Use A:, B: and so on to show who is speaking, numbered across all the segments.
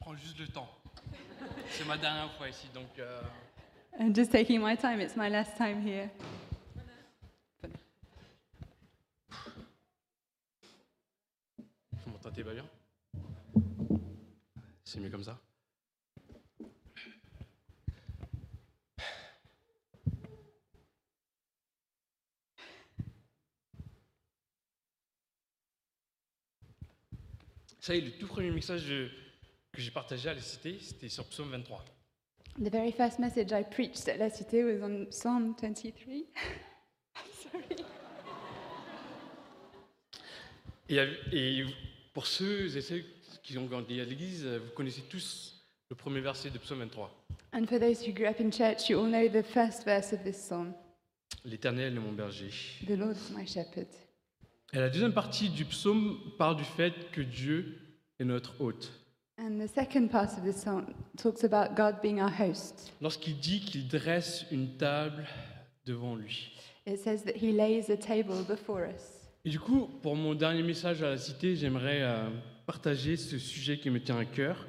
A: prends juste le temps. C'est ma dernière fois ici, donc. euh,
B: I'm just taking my time. It's my last time here.
A: Vous m'entendez pas bien C'est mieux comme ça Ça y est, le tout premier message de- que j'ai partagé à la cité, c'était sur Psaume 23.
B: The very first message I preached at La Cité was on Psalm 23.
A: Et, et pour ceux et celles qui ont grandi à l'église, vous connaissez tous le premier verset de Psaume 23.
B: And for those who grew up in church, you all know the first verse of this psalm
A: L'Éternel est mon berger.
B: The Lord is my shepherd.
A: Et la deuxième partie du psaume parle du fait que Dieu est notre hôte.
B: And the second part of this psalm talks about God being our host.
A: Lorsqu'il dit qu'il dresse une table devant lui.
B: It says that He lays a table before us.
A: Et du coup, pour mon dernier message à la cité, j'aimerais euh, partager ce sujet qui me tient à cœur,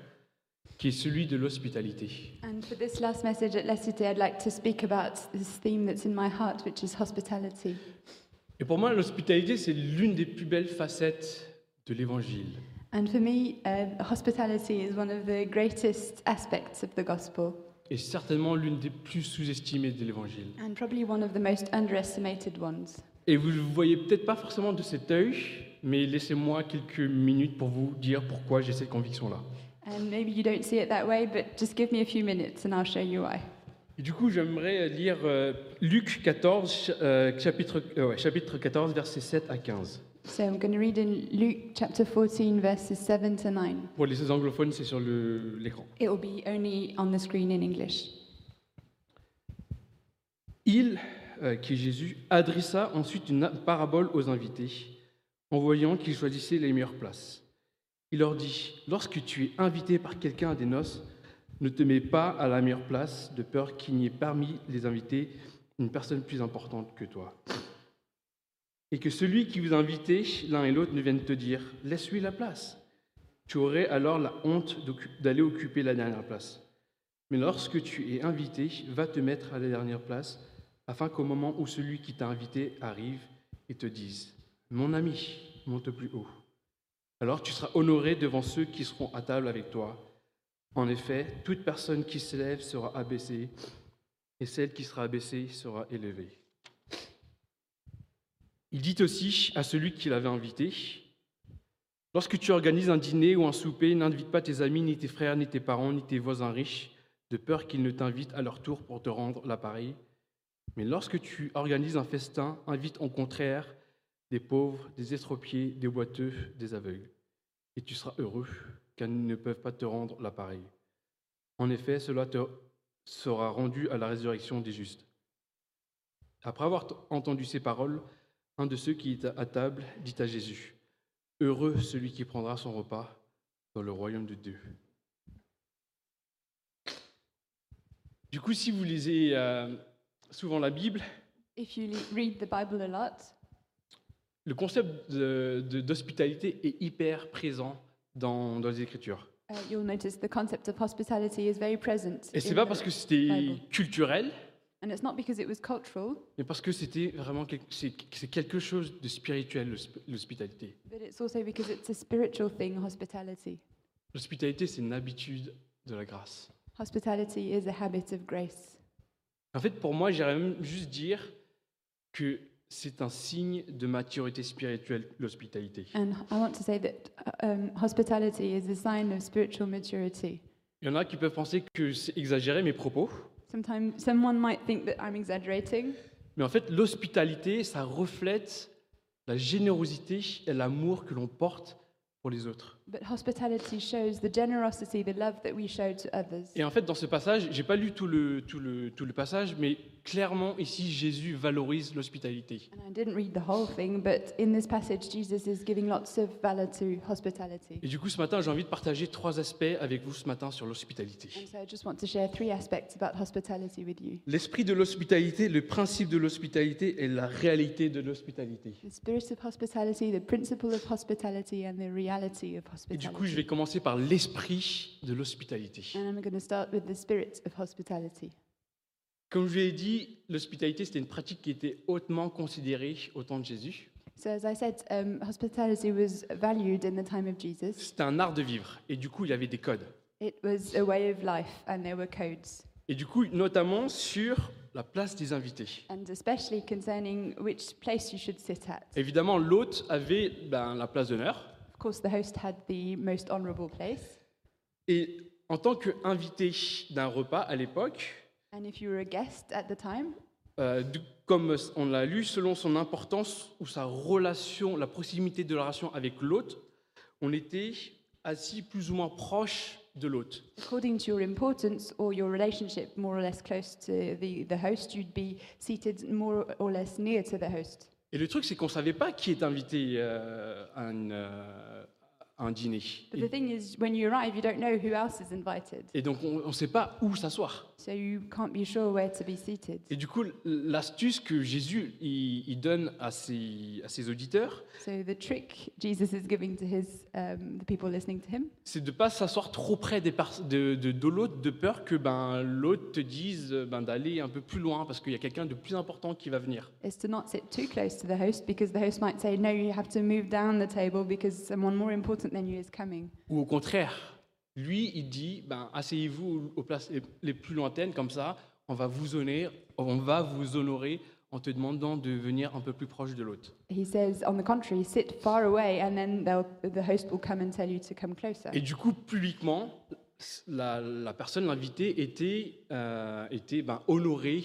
A: qui est celui de l'hospitalité.
B: And for this last message at La Cité, I'd like to speak about this theme that's in my heart, which is hospitality.
A: Et pour moi, l'hospitalité, c'est l'une des plus belles facettes de l'Évangile.
B: And for me, uh, hospitality is one of the greatest aspects of the gospel,
A: Et certainement l'une des plus sous-estimées de l'Évangile.
B: and probably one of the most underestimated ones.
A: Et vous ne le voyez peut-être pas forcément de cet œil, mais laissez-moi quelques minutes pour vous dire pourquoi j'ai cette conviction-là.
B: And maybe you don't see it that way, but just give me a few minutes and I'll show you why.
A: Et du coup, j'aimerais lire euh, Luc 14, ch- euh, chapitre, euh, ouais, chapitre 14, versets 7 à 15.
B: So I'm going to read in Luke chapter 14, verses 7 to 9.
A: Pour les anglophones, c'est sur le- l'écran.
B: It will be only on the screen in English.
A: Il, euh, qui est Jésus, adressa ensuite une parabole aux invités, en voyant qu'ils choisissaient les meilleures places. Il leur dit, lorsque tu es invité par quelqu'un à des noces, ne te mets pas à la meilleure place, de peur qu'il n'y ait parmi les invités une personne plus importante que toi. Et que celui qui vous invitait, l'un et l'autre, ne vienne te dire, laisse-lui la place. Tu aurais alors la honte d'occu- d'aller occuper la dernière place. Mais lorsque tu es invité, va te mettre à la dernière place, afin qu'au moment où celui qui t'a invité arrive et te dise Mon ami, monte plus haut. Alors tu seras honoré devant ceux qui seront à table avec toi. En effet, toute personne qui s'élève sera abaissée, et celle qui sera abaissée sera élevée. Il dit aussi à celui qui l'avait invité Lorsque tu organises un dîner ou un souper, n'invite pas tes amis, ni tes frères, ni tes parents, ni tes voisins riches, de peur qu'ils ne t'invitent à leur tour pour te rendre l'appareil. Mais lorsque tu organises un festin, invite au contraire des pauvres, des estropiés, des boiteux, des aveugles. Et tu seras heureux, car ils ne peuvent pas te rendre l'appareil. En effet, cela te sera rendu à la résurrection des justes. Après avoir t- entendu ces paroles, un de ceux qui était à table dit à Jésus, Heureux celui qui prendra son repas dans le royaume de Dieu. Du coup, si vous lisez euh, souvent la Bible,
B: If you le- read the Bible a lot,
A: le concept de- de- d'hospitalité est hyper présent dans, dans les Écritures.
B: uh, you'll notice the concept of hospitality is very present.
A: Et c'est
B: in
A: pas
B: the-
A: parce que c'était
B: Bible.
A: culturel,
B: And it's not because it was cultural,
A: mais parce que c'était vraiment quel- c'est c'est quelque chose de spirituel, l'hosp- l'hospitalité.
B: but it's also because it's a spiritual thing, hospitality.
A: L'hospitalité, c'est une habitude de la grâce.
B: Hospitality is a habit of grace.
A: En fait, pour moi, j'irais même juste dire que c'est un signe de maturité spirituelle, l'hospitalité.
B: And I want to say that uh, um, hospitality is a sign of spiritual maturity.
A: Il y en a qui peuvent penser que c'est exagéré mes propos,
B: Sometimes someone might think that I'm exaggerating,
A: mais en fait, l'hospitalité, ça reflète la générosité et l'amour que l'on porte pour les autres.
B: but hospitality shows the generosity, the love that we show to others.
A: Et en fait, dans ce passage, j'ai pas lu tout le, tout le, tout le passage, mais clairement, ici, Jésus valorise l'hospitalité.
B: And I didn't read the whole thing, but in this passage, Jesus is giving lots of valor to hospitality.
A: Et du coup, ce matin, j'ai envie de partager trois aspects avec vous ce matin sur l'hospitalité.
B: And so I just want to share three aspects about hospitality with you
A: L'esprit de l'hospitalité, le principe de l'hospitalité et la réalité de l'hospitalité.
B: the spirit of hospitality, the principle of hospitality, and the reality of
A: Et du coup, je
B: hospitality.
A: vais commencer par l'esprit de l'hospitalité.
B: And I'm going to start with the spirit of hospitality.
A: Comme je l'ai dit, l'hospitalité, c'était une pratique qui était hautement considérée au temps de Jésus.
B: So, as I said, um, hospitality was valued in the time of Jesus.
A: C'était un art de vivre, et du coup, il y avait des codes.
B: It was a way of life, and there were codes,
A: Et du coup, notamment sur la place des invités.
B: and especially concerning which place you should sit at.
A: Évidemment, l'hôte avait ben, la place d'honneur,
B: Of course, the host had the most honorable place,
A: et en tant qu'invité d'un repas à l'époque,
B: and if you were a guest at the time,
A: euh, du- comme on l'a lu, selon son importance ou sa relation, la proximité de la relation avec l'hôte, on était assis plus ou moins proche de l'hôte.
B: according to your importance or your relationship, more or less close to the, the host, you'd be seated more or less near to the host.
A: Et le truc, c'est qu'on ne savait pas qui est invité euh, à, une, euh, à un dîner.
B: But the
A: Et,
B: thing is, when you arrive, you don't know who else is invited,
A: et donc, on ne sait pas où s'asseoir.
B: so you can't be sure where to be seated.
A: Et du coup, l'astuce que Jésus il, il donne à ses, à ses auditeurs,
B: So the trick Jesus is giving to his um, the people listening to him
A: c'est de ne pas s'asseoir trop près des pers- de, de, de l'hôte, de peur que ben, l'hôte te dise euh, ben, d'aller un peu plus loin, parce qu'il y a quelqu'un de plus important qui va venir.
B: is to not sit too close to the host because the host might say, "No, you have to move down the table because someone more important than you is coming."
A: Ou au contraire, lui, il dit, ben, asseyez-vous aux places les- les plus lointaines, comme ça, on va vous honorer, on va vous honorer en te demandant de venir un peu plus proche de l'autre.
B: He says, on the contrary, sit far away, and then they'll, the host will come and tell you to come closer.
A: Et du coup, publiquement, la, la personne, l'invité, était, euh, était ben, honorée,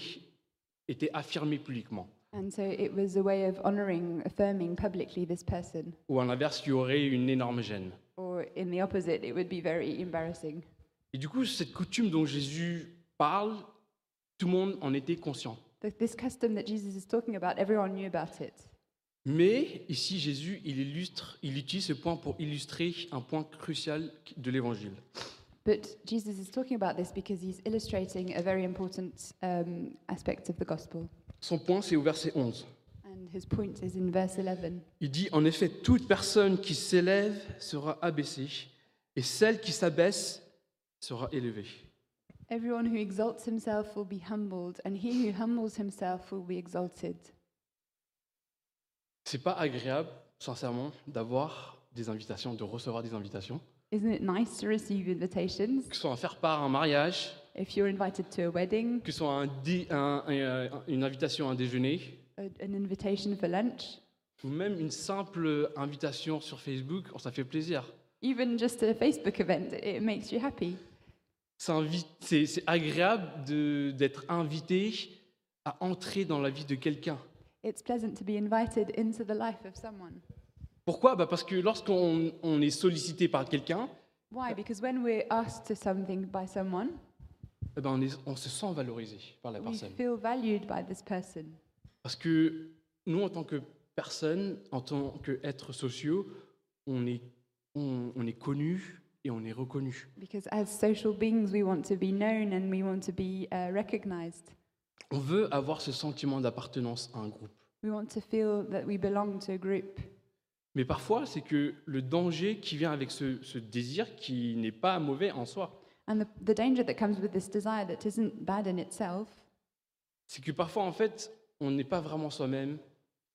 A: était affirmée publiquement.
B: And so it was a way of honoring, affirming publicly this person.
A: Ou à l'inverse, il y aurait une énorme gêne.
B: Or in the opposite, it would be very embarrassing.
A: Et du coup, cette coutume dont Jésus parle, tout le monde en était conscient.
B: But this custom that Jesus is talking about, everyone knew about it.
A: Mais ici, Jésus, il illustre, il utilise ce point pour illustrer un point crucial de l'évangile.
B: But Jesus is talking about this because he's illustrating a very important um, aspect of the gospel.
A: Son point, c'est au verset 11.
B: And his point is in verse 11.
A: Il dit En effet, toute personne qui s'élève sera abaissée, et celle qui s'abaisse sera élevée.
B: Everyone who exalts himself will be humbled, and he who humbles himself will be exalted.
A: C'est pas agréable, sincèrement, d'avoir des invitations, de recevoir des invitations,
B: Isn't it nice to receive invitations?
A: que ce soit à faire part à un mariage,
B: If you're invited to a wedding,
A: que ce soit un dé- un- un- une invitation à un déjeuner,
B: a- an invitation for lunch,
A: ou même une simple invitation sur Facebook, oh, ça fait plaisir.
B: even just a Facebook event, it makes you happy.
A: Ça invite- C'est c'est agréable de- d'être invité à entrer dans la vie de quelqu'un.
B: It's pleasant to be invited into the life of someone.
A: Pourquoi Bah Parce que lorsqu'on on est sollicité par quelqu'un,
B: Why? Because when we're asked to something by someone,
A: eh ben, on, est- on se sent valorisé par la
B: we
A: personne.
B: feel valued by this person.
A: Parce que nous, en tant que personne, en tant qu'êtres sociaux, on est, on, on est connu et on est reconnu.
B: Because as social beings, we want to be known and we want to be uh, recognized.
A: On veut avoir ce sentiment d'appartenance à un groupe.
B: We want to feel that we belong to a group.
A: Mais parfois, c'est que le danger qui vient avec ce, ce désir qui n'est pas mauvais en soi,
B: And the, the danger that comes with this desire that isn't bad in itself
A: c'est que parfois, en fait, on n'est pas vraiment soi-même.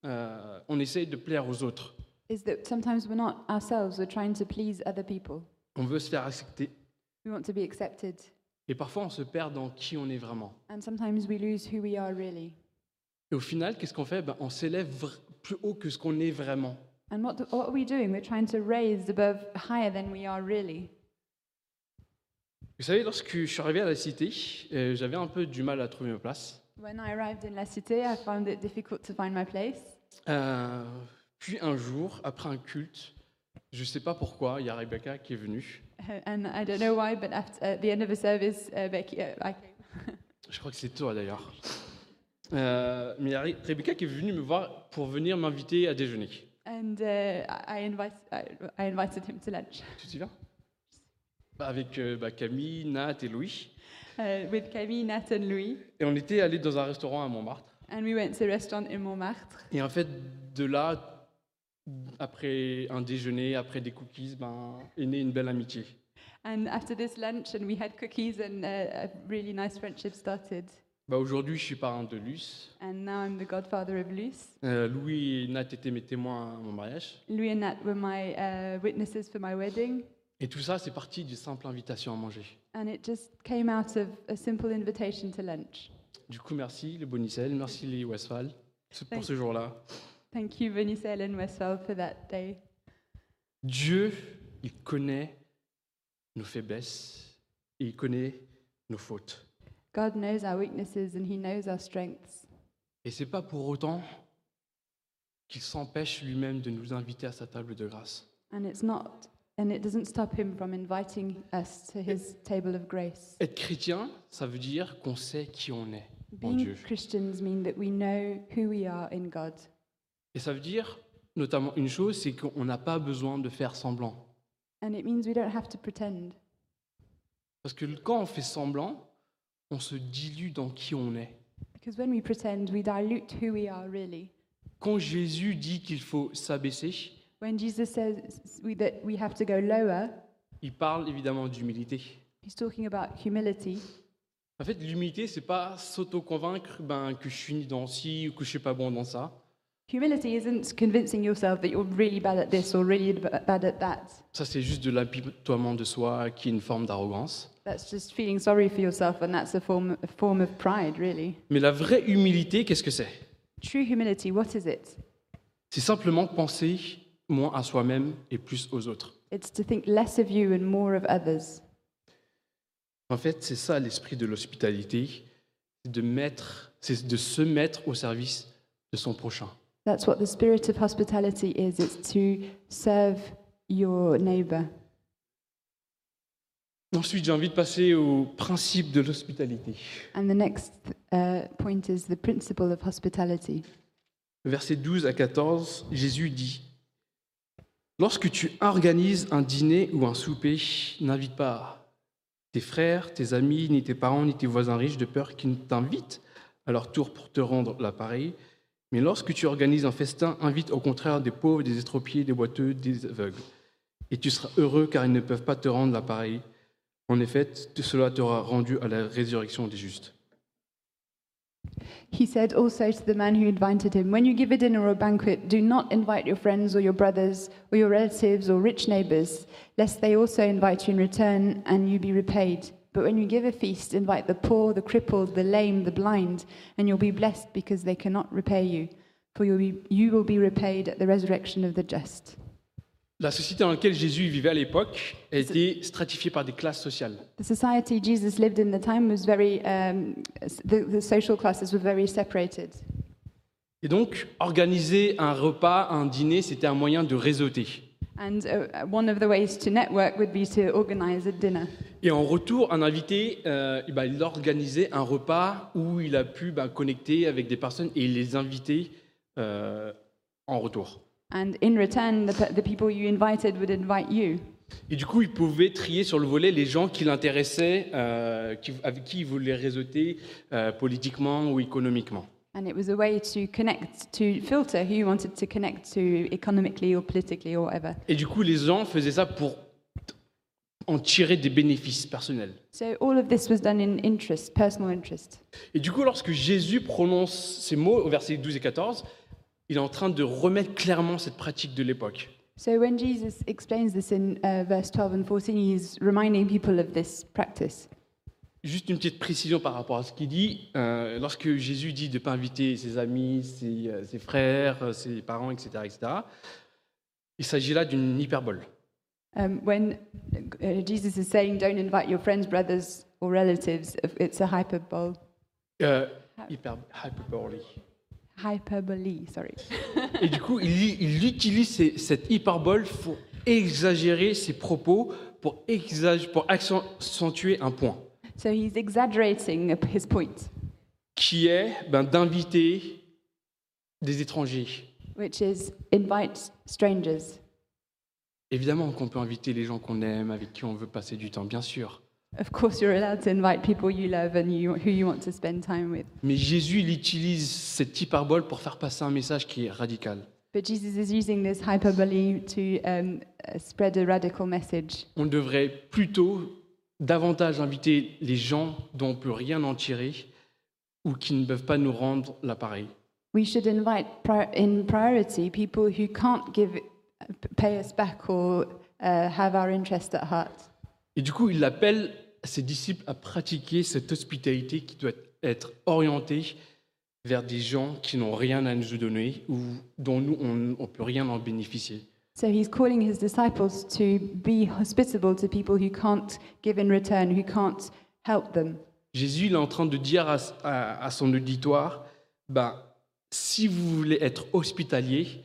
A: euh, on essaye de plaire aux autres.
B: is that sometimes we're not ourselves, we're trying to please other people.
A: On veut se faire accepter.
B: We want to be accepted.
A: Et parfois, on se perd dans qui on est vraiment.
B: And sometimes we lose who we are really.
A: Et au final, qu'est-ce qu'on fait Ben, On s'élève vr- plus haut que ce qu'on est vraiment.
B: And what, do, what are we doing? We're trying to raise above higher than we are really.
A: Vous savez, lorsque je suis arrivé à la cité, euh, j'avais un peu du mal à trouver ma place.
B: When I arrived in La Cité, I found it difficult to find my place.
A: Euh, puis un jour, après un culte, je ne sais pas pourquoi, il y a Rebecca qui est venue.
B: Uh, And I don't know why, but after, at the end of a service, uh, Becky, uh, I came.
A: Je crois que c'est toi d'ailleurs. Euh, mais il y a Re- Rebecca qui est venue me voir pour venir m'inviter à déjeuner.
B: And uh, I, I, invite, I, I invited him to lunch
A: Tu te souviens Bah, Avec euh, bah, Camille, Nat et Louis.
B: uh, with Camille, Nat, and Louis.
A: Et on était allés dans un restaurant à Montmartre.
B: And we went to a restaurant in Montmartre.
A: Et en fait, de là, après un déjeuner, après des cookies, ben, est née une belle amitié.
B: And after this lunch, and we had cookies, and uh, a really nice friendship started.
A: Bah, Aujourd'hui, je suis parrain de Luce.
B: And now I'm the godfather of Luce.
A: Euh, Louis et Nat étaient mes témoins à mon mariage.
B: Louis and Nat were my uh, witnesses for my wedding,
A: Et tout ça, c'est parti d'une simple invitation à manger.
B: and it just came out of a simple invitation to lunch.
A: Du coup, merci les Bonicelles, merci les Westphal c'est pour
B: Thank-
A: ce jour-là.
B: Thank you, Venicelle and Westphal, for that day.
A: Dieu, il connaît nos faiblesses et il connaît nos fautes.
B: God knows our weaknesses and He knows our strengths.
A: Et c'est pas pour autant qu'il s'empêche lui-même de nous inviter à sa table de grâce.
B: And it's not, and it doesn't stop Him from inviting us to His table of grace.
A: Être chrétien, ça veut dire qu'on sait qui on est en
B: Being
A: Dieu.
B: Christians mean that we know who we are in God.
A: Et ça veut dire notamment une chose, c'est qu'on n'a pas besoin de faire semblant.
B: And it means we don't have to pretend.
A: Parce que quand on fait semblant, on se dilue dans qui on est.
B: Because when we pretend, we dilute who we are really.
A: Quand Jésus dit qu'il faut s'abaisser,
B: When Jesus says we, that we have to go lower,
A: il parle évidemment d'humilité.
B: He's talking about humility.
A: En fait, l'humilité, c'est pas s'auto-convaincre ben, que je suis ni dans ci ou que je suis pas bon dans ça.
B: Humility isn't convincing yourself that you're really bad at this or really b- bad at that.
A: Ça, c'est juste de l'apitoiement de soi qui est une forme d'arrogance.
B: That's just feeling sorry for yourself, and that's a form, a form of pride, really.
A: Mais la vraie humilité, qu'est-ce que c'est
B: True humility, what is it?
A: C'est simplement penser moins à soi-même et plus aux autres.
B: It's to think less of you and more of others.
A: En fait, c'est ça l'esprit de l'hospitalité, c'est de mettre, c'est de se mettre au service de son prochain.
B: That's what the spirit of hospitality is it's to serve your neighbor.
A: Ensuite, j'ai envie de passer au principe de l'hospitalité.
B: And the next uh, point is the principle of hospitality.
A: Versets 12 à 14, Jésus dit Lorsque tu organises un dîner ou un souper, n'invite pas tes frères, tes amis, ni tes parents, ni tes voisins riches, de peur qu'ils ne t'invitent à leur tour pour te rendre l'appareil. Mais lorsque tu organises un festin, invite au contraire des pauvres, des estropiés, des boiteux, des aveugles. Et tu seras heureux car ils ne peuvent pas te rendre l'appareil. En effet, t- cela t'aura rendu à la résurrection des justes.
B: He said also to the man who invited him, When you give a dinner or a banquet, do not invite your friends or your brothers or your relatives or rich neighbors, lest they also invite you in return and you be repaid. But when you give a feast, invite the poor, the crippled, the lame, the blind, and you'll be blessed because they cannot repay you. For you'll be, you will be repaid at the resurrection of the just.
A: La société dans laquelle Jésus vivait à l'époque a été stratifiée par des classes sociales.
B: The society Jesus lived in the time was very, um, s- the, the social classes were very separated.
A: Et donc, organiser un repas, un dîner, c'était un moyen de réseauter.
B: And uh, one of the ways to network would be to organize a dinner.
A: Et en retour, un invité, euh, eh ben, il organisait un repas où il a pu ben, connecter avec des personnes et il les invitait euh, en retour.
B: And in return, the, pe- the people you invited would invite you.
A: Et du coup, il pouvait trier sur le volet les gens qui l'intéressaient, euh, qui- avec qui il voulait réseauter euh, politiquement ou économiquement.
B: And it was a way to connect, to filter who you wanted to connect to economically or politically or whatever.
A: Et du coup, les gens faisaient ça pour en tirer des bénéfices personnels.
B: So all of this was done in interest, personal interest.
A: Et du coup, lorsque Jésus prononce ces mots au verset 12 et 14, il est en train de remettre clairement cette pratique de l'époque.
B: So when Jesus explains this in uh, verse 12 and 14, he's reminding people of this practice.
A: Juste une petite précision par rapport à ce qu'il dit. Euh, lorsque Jésus dit de ne pas inviter ses amis, ses, euh, ses frères, euh, ses parents, etc., etc., il s'agit là d'une hyperbole.
B: Um, when uh, Jesus is saying, don't invite your friends, brothers, or relatives, it's a hyperbole.
A: Euh, hyper- hyperbole.
B: Hyperbole, sorry.
A: Et du coup, il, il utilise ces- cette hyperbole pour exagérer ses propos, pour, exag- pour accentuer un point.
B: So he's exaggerating his point,
A: qui est ben, d'inviter des étrangers.
B: which is invite strangers.
A: Évidemment qu'on peut inviter les gens qu'on aime, avec qui on veut passer du temps, bien sûr.
B: Of course, you're allowed to invite people you love and you, who you want to spend time with.
A: Mais Jésus, il utilise cette hyperbole pour faire passer un message qui est radical.
B: But Jesus is using this hyperbole to um, uh, spread a radical message.
A: On devrait plutôt davantage inviter les gens dont on ne peut rien en tirer ou qui ne peuvent pas nous rendre l'appareil.
B: We should invite pri- in priority people who can't give, uh, pay us back or uh, have our interest at heart.
A: Et du coup, il appelle ses disciples à pratiquer cette hospitalité qui doit être orientée vers des gens qui n'ont rien à nous donner ou dont nous, on ne peut rien en bénéficier.
B: So he's calling his disciples to be hospitable to people who can't give in return, who can't help them.
A: Jésus, il est en train de dire à, à- à son auditoire, ben, si vous voulez être hospitalier,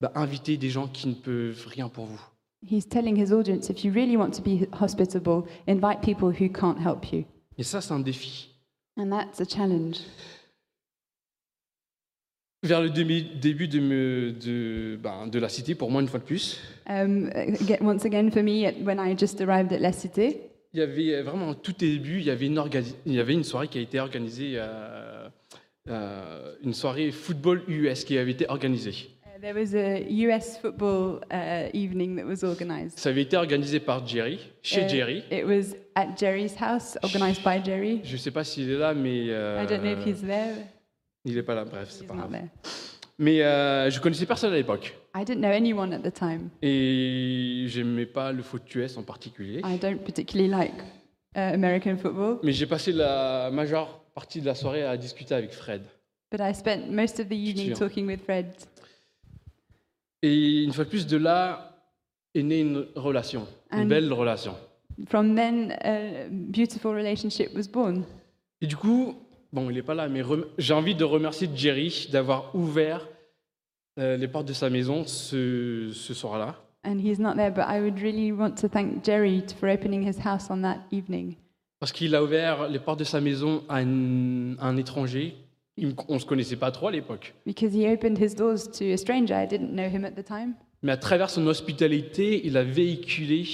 A: ben, invitez des gens qui ne peuvent rien pour vous.
B: He's telling his audience if you really want to be hospitable, invite people who can't help you.
A: Et ça, c'est un défi.
B: And that's a challenge.
A: Vers le demi- début de, me- de, ben, de la cité, pour moi, une fois de plus,
B: Um, again- once again, for me, at- when I just arrived at La Cité,
A: il y avait euh, vraiment, au tout début, il y avait une, organi- il y avait une soirée qui a été organisée, euh, euh, une soirée football US qui avait été organisée.
B: uh, there was a US football uh, evening that was organized.
A: Ça avait été organisé par Jerry, chez
B: Uh,
A: Jerry.
B: It was at Jerry's house, organized by Jerry.
A: Je ne sais pas s'il est là, mais euh,
B: I don't know if he's there.
A: il n'est pas là, bref, c'est
B: He's
A: pas
B: not
A: grave.
B: there.
A: Mais euh, je connaissais personne à l'époque.
B: I didn't know anyone at the time.
A: Et j'aimais pas le foot US en particulier.
B: I don't particularly like uh, American football,
A: Mais j'ai passé la majeure partie de la soirée à discuter avec Fred.
B: but I spent most of the evening
A: Sure.
B: talking with Fred.
A: Et une fois de plus, de là est née une relation,
B: Un-
A: une belle relation.
B: From then, a beautiful relationship was born.
A: Et du coup, bon, il n'est pas là, mais rem- j'ai envie de remercier Jerry d'avoir ouvert euh, les portes de sa maison ce, ce soir-là.
B: And he's not there, but I would really want to thank Jerry t- for opening his house on that evening.
A: Parce qu'il a ouvert les portes de sa maison à un, à un étranger. Il me- on ne se connaissait pas trop à l'époque.
B: because he opened his doors to a stranger. I didn't know him at the time,
A: Mais à travers son hospitalité, il a véhiculé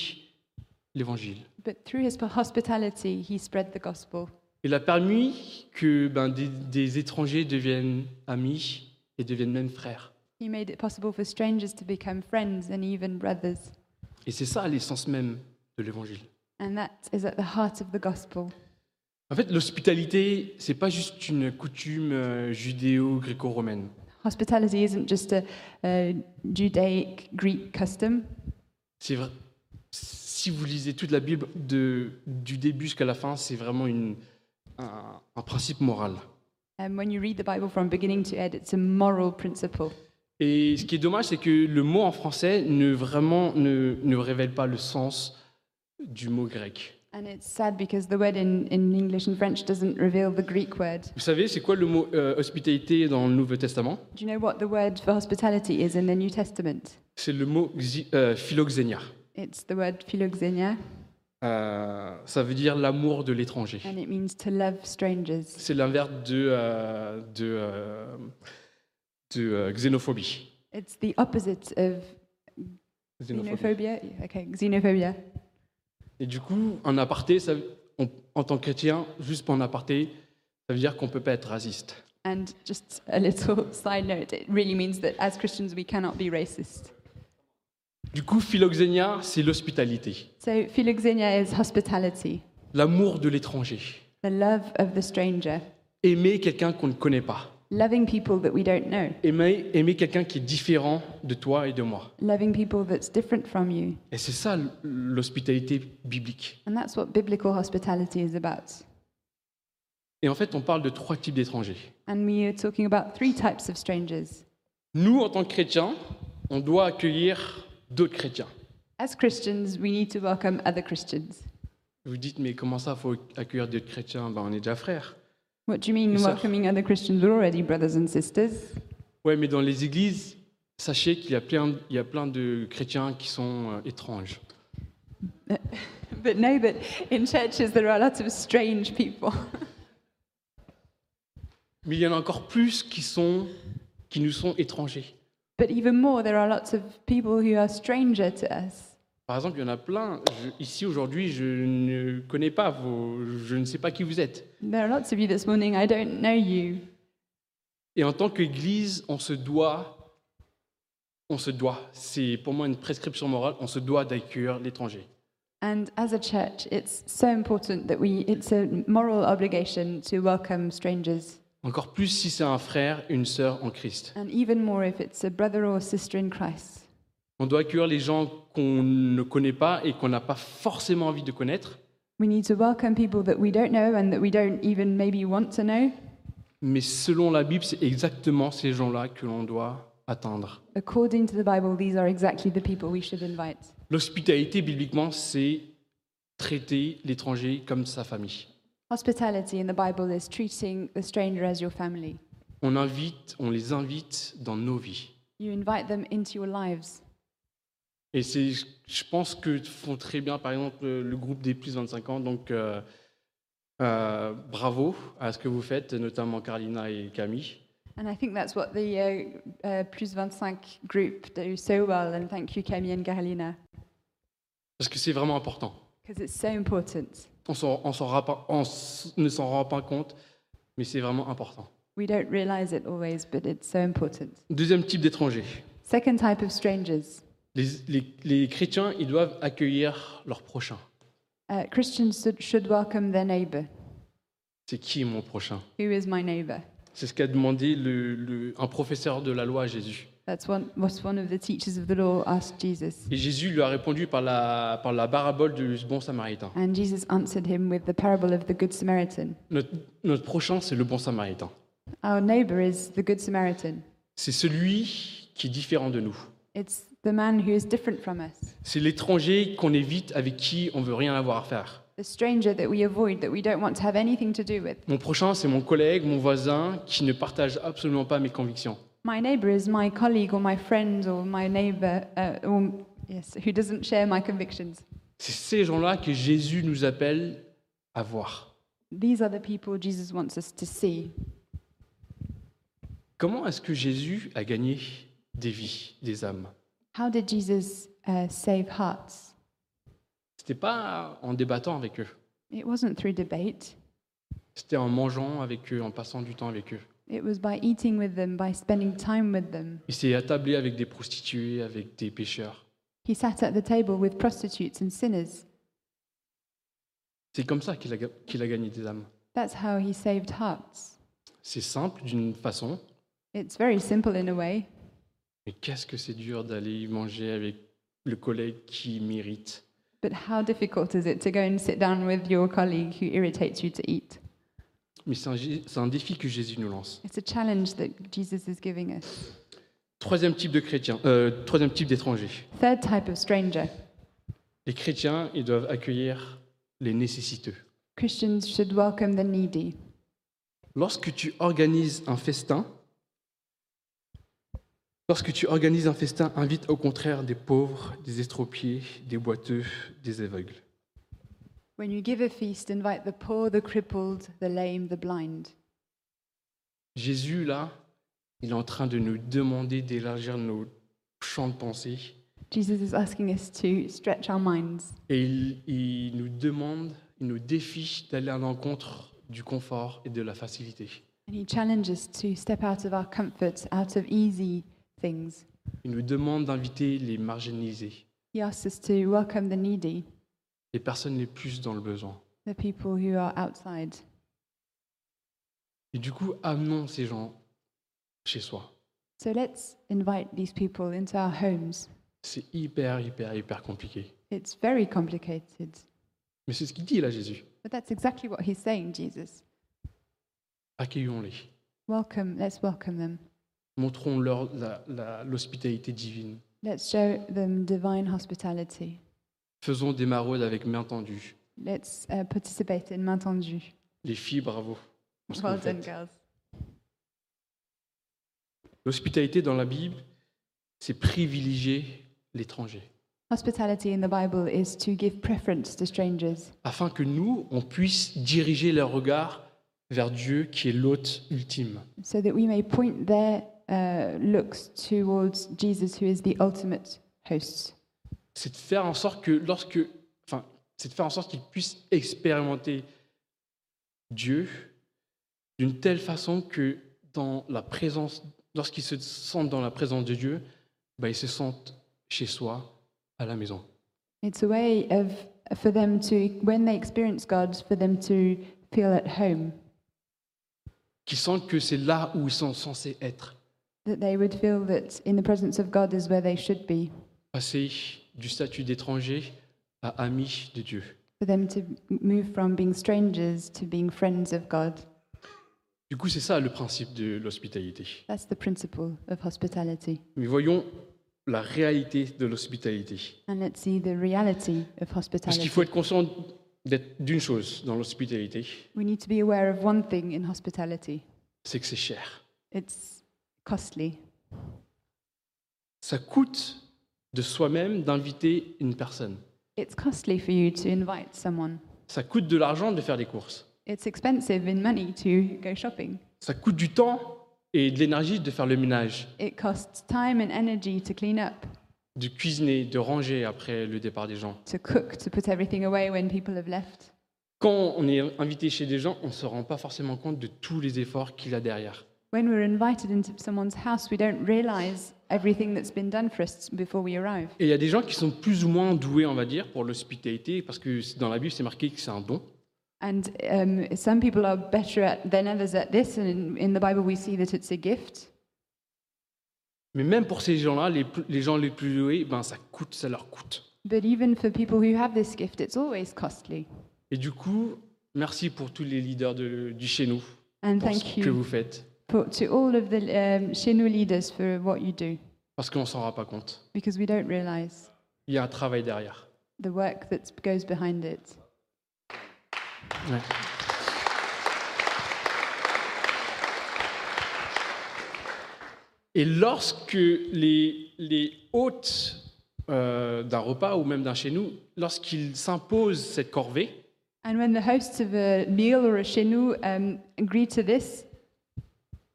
A: l'évangile.
B: but through his hospitality, he spread the gospel.
A: Il a permis que ben, des, des étrangers deviennent amis et deviennent même frères.
B: He made it possible for strangers to become friends and even brothers.
A: Et c'est ça l'essence même de l'évangile.
B: And that is at the heart of the gospel.
A: En fait, l'hospitalité, c'est pas juste une coutume euh, judéo-gréco-romaine.
B: Hospitality isn't just a, a Judaic Greek custom.
A: C'est vrai. Si vous lisez toute la Bible de- du début jusqu'à la fin, c'est vraiment une- un- un principe moral.
B: And when you read the Bible from beginning to end, it's a moral principle.
A: Et ce qui est dommage, c'est que le mot en français ne vraiment ne, ne révèle pas le sens du mot grec.
B: And it's sad because the word in, in English and French doesn't reveal the Greek word.
A: Vous savez, c'est quoi le mot euh, hospitalité dans le Nouveau Testament
B: Do you know what the word for hospitality is in the New Testament?
A: C'est le mot xi- euh, philoxénia.
B: It's the word philoxenia,
A: Euh, ça veut dire l'amour de l'étranger.
B: and it means to love strangers.
A: C'est l'inverse de, euh, de, euh, de, euh, xénophobie.
B: It's the opposite of xenophobia. Okay, xenophobia.
A: Et du coup, en aparté, ça- on- en tant que chrétien, juste pour en aparté, ça veut dire qu'on ne peut pas être raciste.
B: And just a little side note, it really means that as Christians we cannot be racist.
A: Du coup, philoxénia, c'est l'hospitalité.
B: So philoxenia is hospitality,
A: L'amour de l'étranger.
B: the love of the stranger,
A: Aimer quelqu'un qu'on ne connaît pas.
B: loving people that we don't know,
A: Aimer, aimer quelqu'un qui est différent de toi et de moi.
B: loving people that's different from you.
A: Et c'est ça l- l'hospitalité biblique.
B: And that's what biblical hospitality is about.
A: Et en fait, on parle de trois types d'étrangers.
B: And we are talking about three types of strangers.
A: Nous, en tant que chrétiens, on doit accueillir d'autres chrétiens.
B: As Christians, we need to welcome other Christians.
A: Vous dites, mais comment ça, faut accueillir d'autres chrétiens ben, On est déjà frères.
B: What do you mean
A: Yes, sir.
B: welcoming other Christians? We're already brothers and sisters.
A: Ouais, mais dans les églises, sachez qu'il y, a plein- il y a plein de chrétiens qui sont euh, étranges.
B: But know that in churches there are lots of strange people.
A: Mais il y en a encore plus qui, sont, qui nous sont étrangers.
B: But even more, there are lots of people who are stranger to us.
A: Par exemple, il y en a plein. Je- ici aujourd'hui, je ne connais pas vos, je ne sais pas qui vous êtes.
B: There are lots of you this morning, I don't know you.
A: Et en tant qu'Église, on se doit on se doit, c'est pour moi une prescription morale, on se doit d'accueillir l'étranger.
B: And as a church, it's so important that we, it's a moral obligation to welcome strangers,
A: Encore plus si c'est un frère, une sœur en Christ.
B: and even more if it's a brother or sister in Christ.
A: On doit accueillir les gens qu'on ne connaît pas et qu'on n'a pas forcément envie de connaître,
B: We need to welcome people that we don't know and that we don't even maybe want to know.
A: mais selon la Bible, c'est exactement ces gens-là que l'on doit atteindre.
B: According to the Bible, these are exactly the people we should invite.
A: L'hospitalité, bibliquement, c'est traiter l'étranger comme sa famille.
B: Hospitality in the Bible is treating the stranger as your family.
A: On invite, on les invite dans nos vies.
B: You invite them into your lives.
A: Et c'est, je pense que font très bien, par exemple, le le groupe des plus 25 ans. Donc, euh, euh, bravo à ce que vous faites, notamment Carlina et Camille.
B: And I think that's what the uh, uh, Plus 25 group do so well. And thank you, Kemi and Carolina,
A: Parce que c'est vraiment important.
B: because it's so important.
A: On, s'en- on s'en rend pas- on s- ne s'en rend pas compte, mais c'est vraiment important.
B: We don't realize it always, but it's so important.
A: Deuxième type d'étrangers.
B: Second type of strangers
A: Les, les- les chrétiens, ils doivent accueillir leur prochain.
B: uh, Christians should, should welcome their neighbor.
A: C'est qui mon prochain
B: Who is my neighbor?
A: C'est ce qu'a demandé le- le- un professeur de la loi à Jésus.
B: That's one, what one of the teachers of the law asked Jesus.
A: Et Jésus lui a répondu par la, par la parabole du bon samaritain.
B: And Jesus answered him with the parable of the Good Samaritan.
A: Notre, notre prochain, c'est le bon samaritain.
B: Our neighbor is the Good Samaritan.
A: C'est celui qui est différent de nous.
B: It's the man who is different from us,
A: C'est l'étranger qu'on évite, avec qui on veut rien avoir à faire.
B: the stranger that we avoid, that we don't want to have anything to do with.
A: Mon prochain, c'est mon collègue, mon voisin, qui ne partage absolument pas mes convictions.
B: My neighbor is my colleague or my friend or my neighbor, uh, or, yes, who doesn't share my convictions.
A: C'est ces gens-là que Jésus nous appelle à voir.
B: These are the people Jesus wants us to see.
A: Comment est-ce que Jésus a gagné des vies, des âmes
B: How did Jesus uh, save hearts?
A: C'était pas en débattant avec eux.
B: It wasn't through debate,
A: C'était en mangeant avec eux, en passant du temps avec eux.
B: it was by eating with them, by spending time with them.
A: Il s'est attablé avec des prostituées, avec des pécheurs.
B: He sat at the table with prostitutes and sinners.
A: C'est comme ça qu'il a, ga- qu'il a gagné des âmes.
B: That's how he saved hearts.
A: C'est simple d'une façon,
B: It's very simple in a way,
A: mais qu'est-ce que c'est dur d'aller manger avec le collègue qui m'irrite.
B: But how difficult is it to go and sit down with your colleague who irritates you to eat?
A: Mais c'est un gé- c'est un défi que Jésus nous lance.
B: It's a challenge that Jesus is giving us.
A: Troisième type de chrétien, euh, troisième type d'étranger.
B: Third type of stranger
A: Les chrétiens, ils doivent accueillir les nécessiteux.
B: Christians should welcome the needy.
A: Lorsque tu organises un festin, lorsque tu organises un festin, invite au contraire des pauvres, des estropiés, des boiteux, des aveugles.
B: When you give a feast, invite the poor, the crippled, the lame, the blind.
A: Jésus, là, il est en train de nous demander d'élargir nos champs de pensée
B: Jesus is asking us to stretch our minds.
A: et il, il nous demande, il nous défie d'aller à l'encontre du confort et de la facilité.
B: And he challenges us to step out of our comfort, out of easy things.
A: Il nous demande d'inviter les marginalisés,
B: He asks us to welcome the needy,
A: les personnes les plus dans le besoin.
B: the people who are outside.
A: Et du coup, amenons ces gens chez soi.
B: So let's invite these people into our homes.
A: C'est hyper, hyper, hyper compliqué.
B: It's very complicated.
A: Mais c'est ce qu'il dit là, Jésus.
B: But that's exactly what he's saying, Jesus.
A: Accueillons-les.
B: Welcome, let's welcome them.
A: Montrons-leur la- la- l'hospitalité divine.
B: Let's show them divine hospitality.
A: Faisons des maraudes avec main tendue.
B: Let's uh, participate in main tendue.
A: Les filles, bravo. pour ce que
B: Well
A: vous
B: done,
A: faites.
B: girls.
A: L'hospitalité dans la Bible, c'est privilégier l'étranger.
B: Hospitality in the Bible is to give preference to strangers
A: Afin que nous, on puisse diriger leur regard vers Dieu qui est l'hôte ultime.
B: so that we may point their uh, looks towards Jesus, who is the ultimate host.
A: c'est de faire en sorte que lorsque, enfin, c'est de faire en sorte qu'ils puissent expérimenter Dieu d'une telle façon que dans la présence, lorsqu'ils se sentent dans la présence de Dieu, ben, ils se sentent chez soi, à la maison.
B: It's a way of for them to when they experience God, for them to feel at home,
A: Qu'ils sentent que c'est là où ils sont censés être.
B: that they would feel that in the presence of God is where they should be,
A: Passer du statut d'étranger à ami de Dieu.
B: for them to move from being strangers to being friends of God.
A: Du coup, c'est ça le principe de l'hospitalité.
B: That's the principle of hospitality.
A: Mais voyons la réalité de l'hospitalité.
B: And let's see the reality of
A: Parce
B: hospitality.
A: qu'il faut être conscient d'être- d'une chose dans l'hospitalité,
B: We need to be aware of one thing in hospitality.
A: c'est que c'est cher.
B: It's costly.
A: Ça coûte de soi-même d'inviter une personne.
B: It's costly for you to invite someone.
A: Ça coûte de l'argent de faire des courses.
B: It's expensive in money to go shopping.
A: Ça coûte du temps et de l'énergie de faire le ménage,
B: It costs time and energy to clean up,
A: de cuisiner, de ranger après le départ des gens.
B: to cook, to put everything away when people have left.
A: Quand on est invité chez des gens, on ne se rend pas forcément compte de tous les efforts qu'il y a derrière.
B: When we're invited into someone's house, we don't realize everything that's been done for us before we arrive.
A: Et il y a des gens qui sont plus ou moins doués, on va dire, pour l'hospitalité, parce que c'est- dans la Bible, c'est marqué que c'est un don.
B: And um, some people are better at, than others at this, and in, in the Bible we see that it's a gift.
A: Mais même pour ces gens-là, les, plus- les gens les plus doués, ben, ça coûte, ça leur coûte.
B: But even for people who have this gift, it's always costly.
A: Et du coup, merci pour tous les leaders de- du chez nous,
B: And
A: pour
B: thank
A: ce que
B: you
A: vous faites,
B: for, to all of the um, Shinu leaders for what you do,
A: parce qu'on s'en rend pas compte.
B: because we don't realize
A: Il y a un travail derrière.
B: the work that goes behind it.
A: Et lorsque les, les hôtes euh, d'un repas ou même d'un chez nous, lorsqu'ils s'imposent cette corvée,
B: And when the hosts of a meal or a Shinu um, agree to this,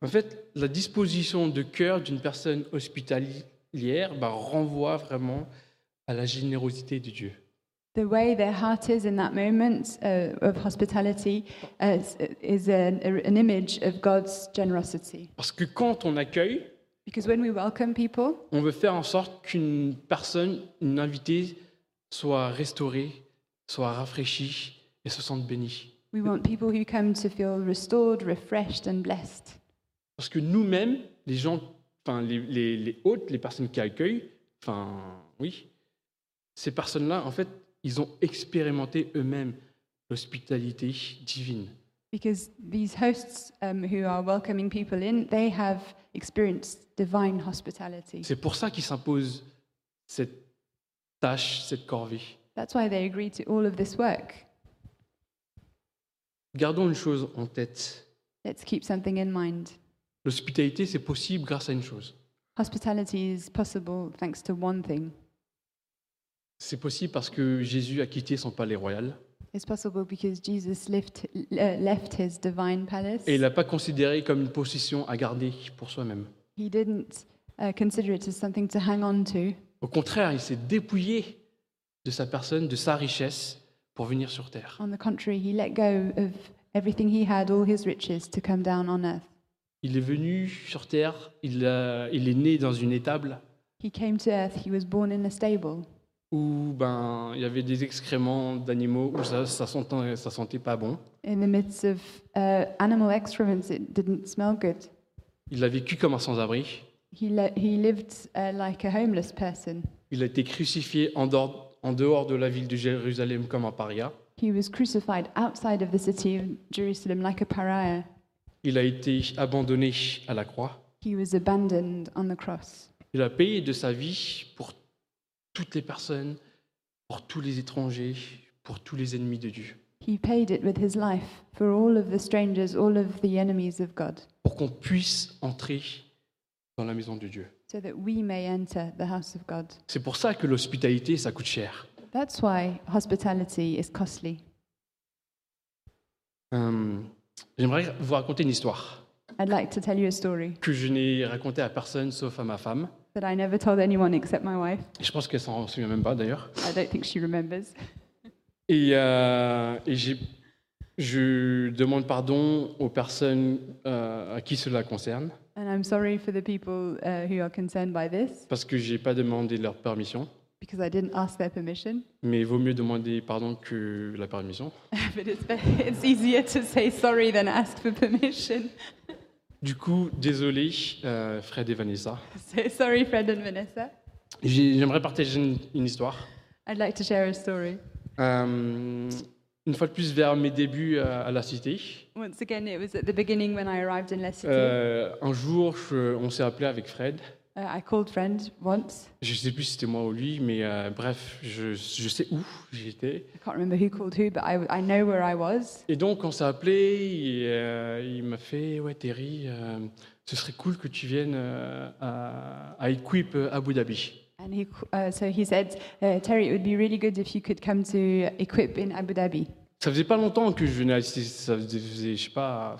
A: en fait, la disposition de cœur d'une personne hospitalière ben, renvoie vraiment à la générosité de Dieu.
B: the way their heart is in that moment uh, of hospitality uh, is, is an, an image of God's generosity.
A: Parce que quand on accueille,
B: Because when we welcome people,
A: on veut faire en sorte qu'une personne, une invitée, soit restaurée, soit rafraîchie et se sente bénie.
B: we want people who come to feel restored, refreshed, and blessed.
A: Parce que nous-mêmes, les gens, enfin les, les, les hôtes, les personnes qui accueillent, enfin oui, ces personnes-là, en fait, ils ont expérimenté eux-mêmes l'hospitalité divine.
B: Because these hosts um, who are welcoming people in, they have experienced divine hospitality.
A: C'est pour ça qu'ils s'imposent cette tâche, cette corvée.
B: That's why they agree to all of this work.
A: Gardons une chose en tête.
B: Let's keep something in mind.
A: L'hospitalité, c'est possible grâce à une chose.
B: Hospitality is possible thanks to one thing.
A: C'est possible parce que Jésus a quitté son palais royal
B: It's possible because Jesus left, le- left his divine palace.
A: et il l'a pas considéré comme une possession à garder pour soi-même.
B: He didn't uh, consider it as something to hang on to.
A: Au contraire, il s'est dépouillé de sa personne, de sa richesse pour venir sur terre.
B: On the contrary, he let go of everything he had, all his riches, to come down on earth.
A: Il est venu sur terre, il, a- il est né dans une étable
B: He came to earth, he was born in a stable.
A: où ben, il y avait des excréments d'animaux, où ça, ça, sentait, ça sentait pas bon.
B: In the midst of uh, animal excrements, it didn't smell good.
A: Il a vécu comme un sans-abri.
B: He, le- he lived uh, like a homeless person.
A: Il a été crucifié en dehors, en dehors de la ville de Jérusalem comme un paria.
B: He was crucified outside of the city of Jerusalem like a pariah.
A: Il a été abandonné à la croix.
B: He was abandoned on the cross.
A: Il a payé de sa vie pour toutes les personnes, pour tous les étrangers, pour tous les ennemis de Dieu,
B: He paid it with his life for all of the strangers, all of the enemies of God,
A: pour qu'on puisse entrer dans la maison de Dieu.
B: so that we may enter the house of God.
A: C'est pour ça que l'hospitalité, ça coûte cher.
B: That's why hospitality is costly.
A: Euh, J'aimerais vous raconter une histoire
B: I'd like to tell you a story
A: que je n'ai racontée à personne sauf à ma femme.
B: that I never told anyone except my wife.
A: Et je pense qu'elle s'en souvient même pas d'ailleurs.
B: I don't think she remembers.
A: Et, euh, et j'ai Je demande pardon aux personnes euh, à qui cela concerne
B: And I'm sorry for the people uh, who are concerned by this
A: parce que j'ai pas demandé leur permission.
B: because I didn't ask their permission.
A: Mais il vaut mieux demander pardon que la permission.
B: but it's, be- it's easier to say sorry than ask for permission.
A: Du coup, désolé, euh, Fred et Vanessa.
B: So sorry, Fred and Vanessa.
A: J'ai- J'aimerais partager une, une histoire.
B: I'd like to share a story.
A: Euh, une fois de plus, vers mes débuts euh, à, à la cité,
B: Once again, it was at the beginning when I arrived in Leicester.
A: euh, un jour, je- on s'est appelé avec Fred.
B: Uh, I called Fred once.
A: Je sais plus si c'était moi ou lui, mais euh, bref, je, je sais où j'étais.
B: I can't remember who called who, but I, I know where I was.
A: Et donc, on s'est appelé, et, euh, il m'a fait Ouais, Terry, euh, ce serait cool que tu viennes euh, à, à Equip euh, Abu Dhabi.
B: And he, c- uh, so he said, uh, Terry, it would be really good if you could come to Equip in Abu Dhabi.
A: Ça faisait pas longtemps que je venais à ça faisait, je sais pas,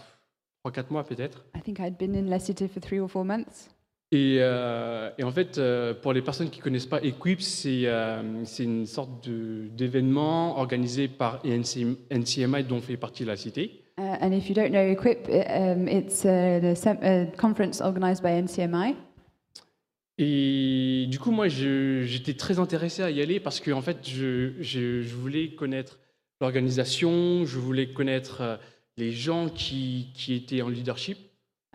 A: 3-4 mois peut-être.
B: I think I'd been in Leicester for three or four months.
A: Et, euh, et en fait, euh, pour les personnes qui connaissent pas Equip, c'est euh, c'est une sorte de- d'événement organisé par NC NCMI, dont fait partie la cité.
B: Uh, and if you don't know Equip, i- um, it's uh, the sem- uh, conference organized by NCMI.
A: Et du coup, moi, je- j'étais très intéressé à y aller parce que, en fait, je, je- je voulais connaître l'organisation, je voulais connaître euh, les gens qui, qui étaient en leadership.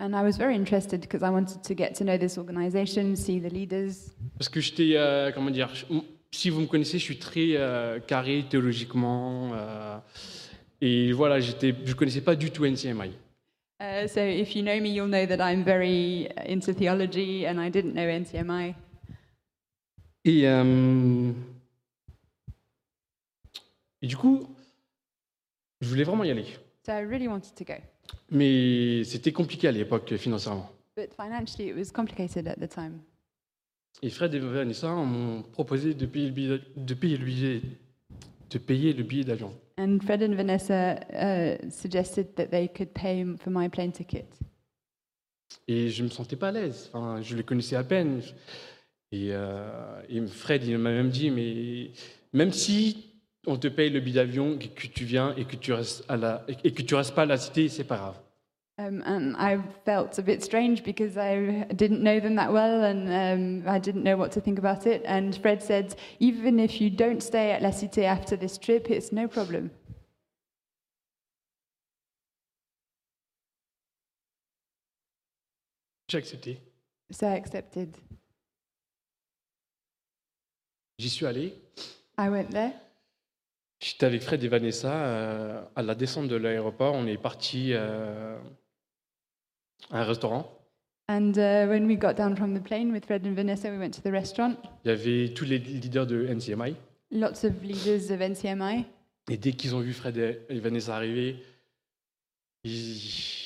B: And I was very interested because I wanted to get to know this organization, see the leaders.
A: Parce que j'étais, euh, comment dire, je- si vous me connaissez, je suis très euh, carré théologiquement. euh, et voilà, j'étais- je ne connaissais pas du tout NCMI.
B: Uh, so if you know me, you'll know that I'm very uh, into theology and I didn't know NCMI.
A: Et, euh, et du coup, je voulais vraiment y aller.
B: So I really wanted to go.
A: Mais c'était compliqué à l'époque euh, financièrement.
B: But financially, it was complicated at the time.
A: Et Fred et Vanessa m'ont proposé de payer le billet, de payer le billet, de payer le billet d'avion.
B: And Fred and Vanessa uh, suggested that they could pay m- for my plane ticket.
A: Et je me sentais pas à l'aise. Enfin, je les connaissais à peine. Et, euh, et Fred, il m'a même dit, mais même si on te paye le billet d'avion, et que tu viens et que tu restes à la, et que tu restes pas à la cité, c'est pas grave.
B: Um, and I felt a bit strange because I didn't know them that well and um, I didn't know what to think about it. And Fred said, even if you don't stay at La Cité after this trip, it's no problem.
A: J'ai accepté.
B: So I accepted.
A: J'y suis allé.
B: I went there.
A: J'étais avec Fred et Vanessa euh, à la descente de l'aéroport. On est parti euh, à un restaurant.
B: And uh, when we got down from the plane with Fred and Vanessa, we went to the restaurant.
A: Il y avait tous les leaders de NCMI.
B: Lots of leaders of NCMI.
A: Et dès qu'ils ont vu Fred et Vanessa arriver, ils-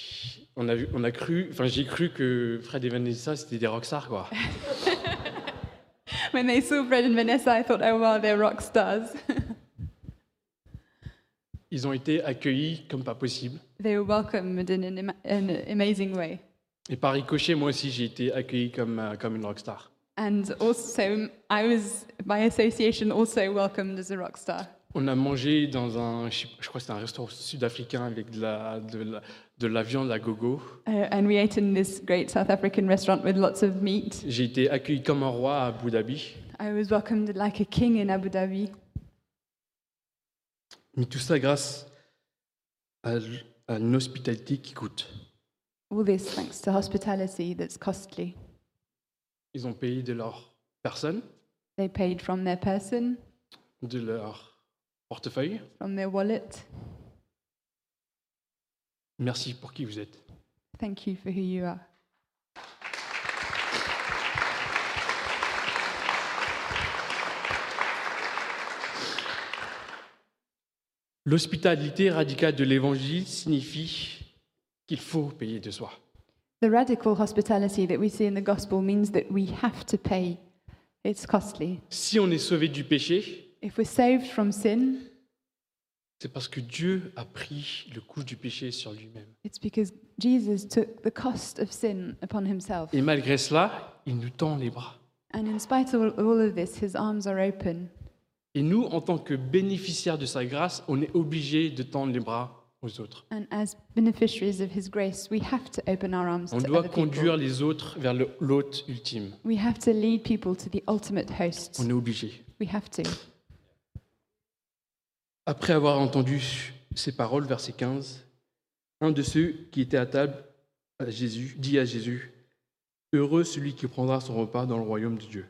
A: on, a vu, on a cru, enfin j'ai cru que Fred et Vanessa c'était des rockstars quoi.
B: When they saw Fred and Vanessa, I thought, oh, wow, they're rock stars.
A: Ils ont été accueillis comme pas possible.
B: they were welcomed in an, ima- an amazing way.
A: Et par ricochet, moi aussi j'ai été accueilli comme, euh, comme une rockstar.
B: And also, I was, by association, also welcomed as a rock star.
A: On a mangé dans un, je sais pas, je crois que c'était un restaurant sud-africain avec de la, de, la, de la viande à gogo.
B: Uh, and we ate in this great South African restaurant with lots of meat.
A: J'ai été accueilli comme un roi à Abu Dhabi.
B: I was welcomed like a king in Abu Dhabi.
A: Mais tout ça grâce à, l- à une hospitalité qui coûte.
B: All this thanks to hospitality that's costly.
A: Ils ont payé de leur personne,
B: They paid from their person,
A: de leur portefeuille.
B: from their wallet.
A: Merci pour qui vous êtes.
B: Thank you for who you are.
A: L'hospitalité radicale de l'Évangile signifie qu'il faut payer de soi.
B: The radical hospitality that we see in the gospel means that we have to pay. It's costly.
A: Si on est sauvé du péché,
B: If we're saved from sin,
A: c'est parce que Dieu a pris le coup du péché sur lui-même.
B: it's because Jesus took the cost of sin upon himself.
A: Et malgré cela, il nous tend les bras.
B: And in spite of all- all of this, his arms are open.
A: Et nous, en tant que bénéficiaires de sa grâce, on est obligé de tendre les bras aux autres.
B: And as beneficiaries of His grace, we have to open our arms
A: On
B: to
A: doit
B: other people.
A: conduire les autres vers le- l'hôte ultime.
B: We have to lead people to the ultimate host.
A: On est obligé.
B: We have to.
A: Après avoir entendu ces paroles, verset 15, un de ceux qui étaient à table à Jésus, dit à Jésus Heureux celui qui prendra son repas dans le royaume de Dieu.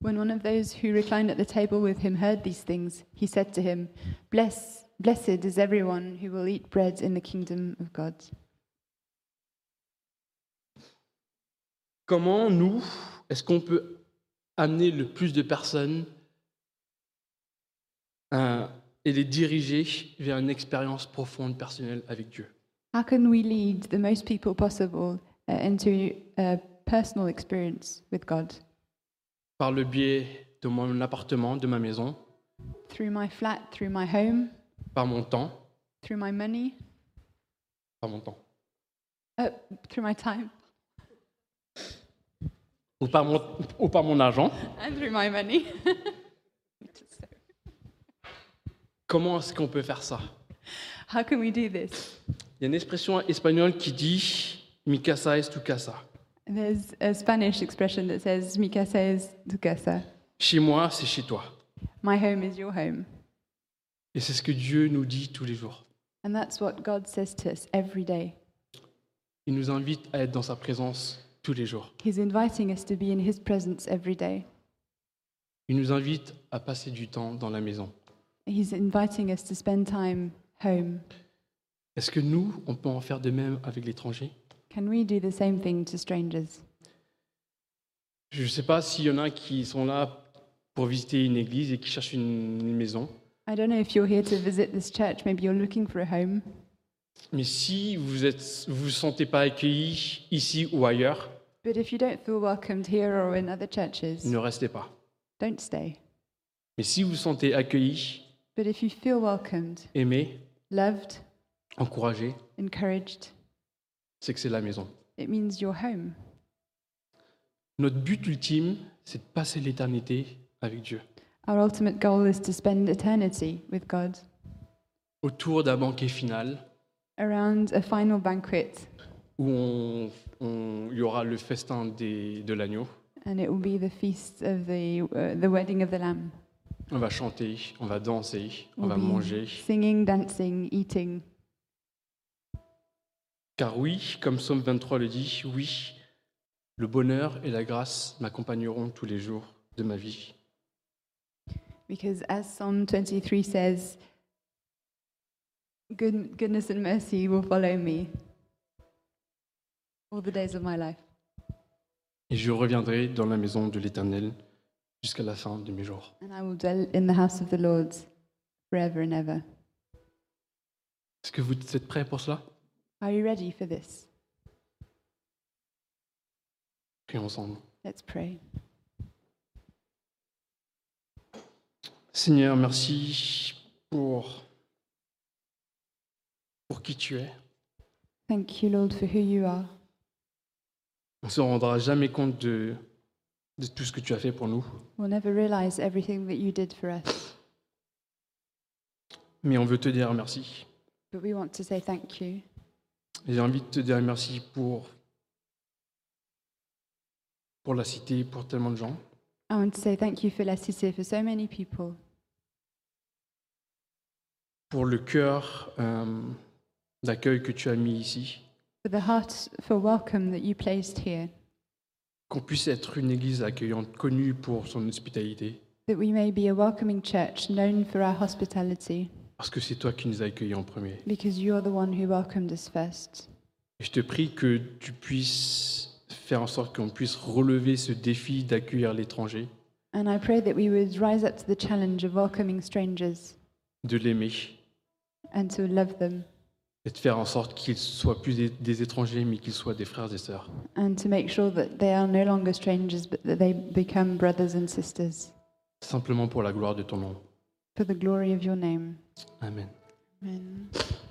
B: When one of those who reclined at the table with him heard these things, he said to him, Bless, Blessed is everyone who will eat bread in the kingdom of God.
A: Comment nous, est-ce qu'on peut amener le plus de personnes à- et les diriger vers une expérience profonde personnelle avec Dieu
B: How can we lead the most people possible uh, into a personal experience with God?
A: Par le biais de mon appartement, de ma maison,
B: Through my flat, through my home,
A: par mon temps,
B: through my money,
A: par mon temps,
B: uh, through my time,
A: ou par mon, ou par mon argent.
B: and through my money.
A: Comment est-ce qu'on peut faire ça
B: How can we do this?
A: Il y a une expression espagnole qui dit mi casa es tu casa.
B: There's a Spanish expression that says, Mi casa es tu casa.
A: Chez moi, c'est chez toi.
B: My home is your home.
A: Et c'est ce que Dieu nous dit tous les jours.
B: And that's what God says to us every day.
A: Il nous invite à être dans sa présence tous les jours.
B: He's inviting us to be in His presence every day.
A: Il nous invite à passer du temps dans la maison.
B: He's inviting us to spend time home.
A: Est-ce que nous, on peut en faire de même avec l'étranger
B: Can we do the same thing to strangers?
A: Je ne sais pas s'il y en a qui sont là pour visiter une église et qui cherchent une une maison.
B: I don't know if you're here to visit this church. Maybe you're looking for a home.
A: Mais si vous ne vous, vous sentez pas accueilli ici ou ailleurs,
B: But if you don't feel welcomed here or in other churches,
A: ne restez pas.
B: don't stay.
A: Mais si vous vous sentez accueilli,
B: But if you feel welcomed,
A: aimé,
B: loved,
A: encouragé,
B: encouraged,
A: c'est que c'est la maison.
B: it means you're home.
A: Notre but ultime, c'est de passer l'éternité avec Dieu,
B: Our ultimate goal is to spend eternity with God
A: autour d'un banquet final
B: around a final banquet,
A: où on- on- il y aura le festin des- de l'agneau.
B: and it will be the feast of the uh, the wedding of the Lamb.
A: On va chanter, on va danser, on
B: We'll
A: va
B: be
A: manger.
B: singing, dancing, eating.
A: Car oui, comme Psaume 23 le dit, oui, le bonheur et la grâce m'accompagneront tous les jours de ma vie.
B: Because as Psalm 23 says, Good, goodness and mercy will follow me all the days of my life.
A: Et je reviendrai dans la maison de l'Éternel jusqu'à la fin de mes jours.
B: And I will dwell in the house of the Lord forever and ever.
A: Est-ce que vous êtes prêts pour cela
B: Are you ready for this?
A: Prions ensemble.
B: Let's pray.
A: Seigneur, merci pour, pour qui tu es.
B: Thank you, Lord, for who you are.
A: On ne se rendra jamais compte de, de tout ce que tu as fait pour nous,
B: We'll never realize everything that you did for us,
A: mais on veut te dire merci.
B: but we want to say thank you.
A: Et j'ai envie de te dire merci pour, pour la cité, pour tellement de gens.
B: I want to say thank you for La Cité, for so many people,
A: pour le cœur euh, d'accueil que tu as mis ici,
B: for the heart for welcome that you placed here,
A: qu'on puisse être une église accueillante, connue pour son hospitalité,
B: that we may be a welcoming church known for our hospitality,
A: parce que c'est toi qui nous as accueillis en premier.
B: because you are the one who welcomed us first.
A: Et je te prie que tu puisses faire en sorte qu'on puisse relever ce défi d'accueillir l'étranger,
B: And I pray that we would rise up to the challenge of welcoming strangers
A: de l'aimer,
B: and to love them,
A: et de faire en sorte qu'ils soient plus des, des étrangers, mais qu'ils soient des frères et sœurs.
B: and to make sure that they are no longer strangers, but that they become brothers and sisters,
A: Simplement pour la gloire de ton nom.
B: for the glory of your name.
A: Amen.
B: Amen.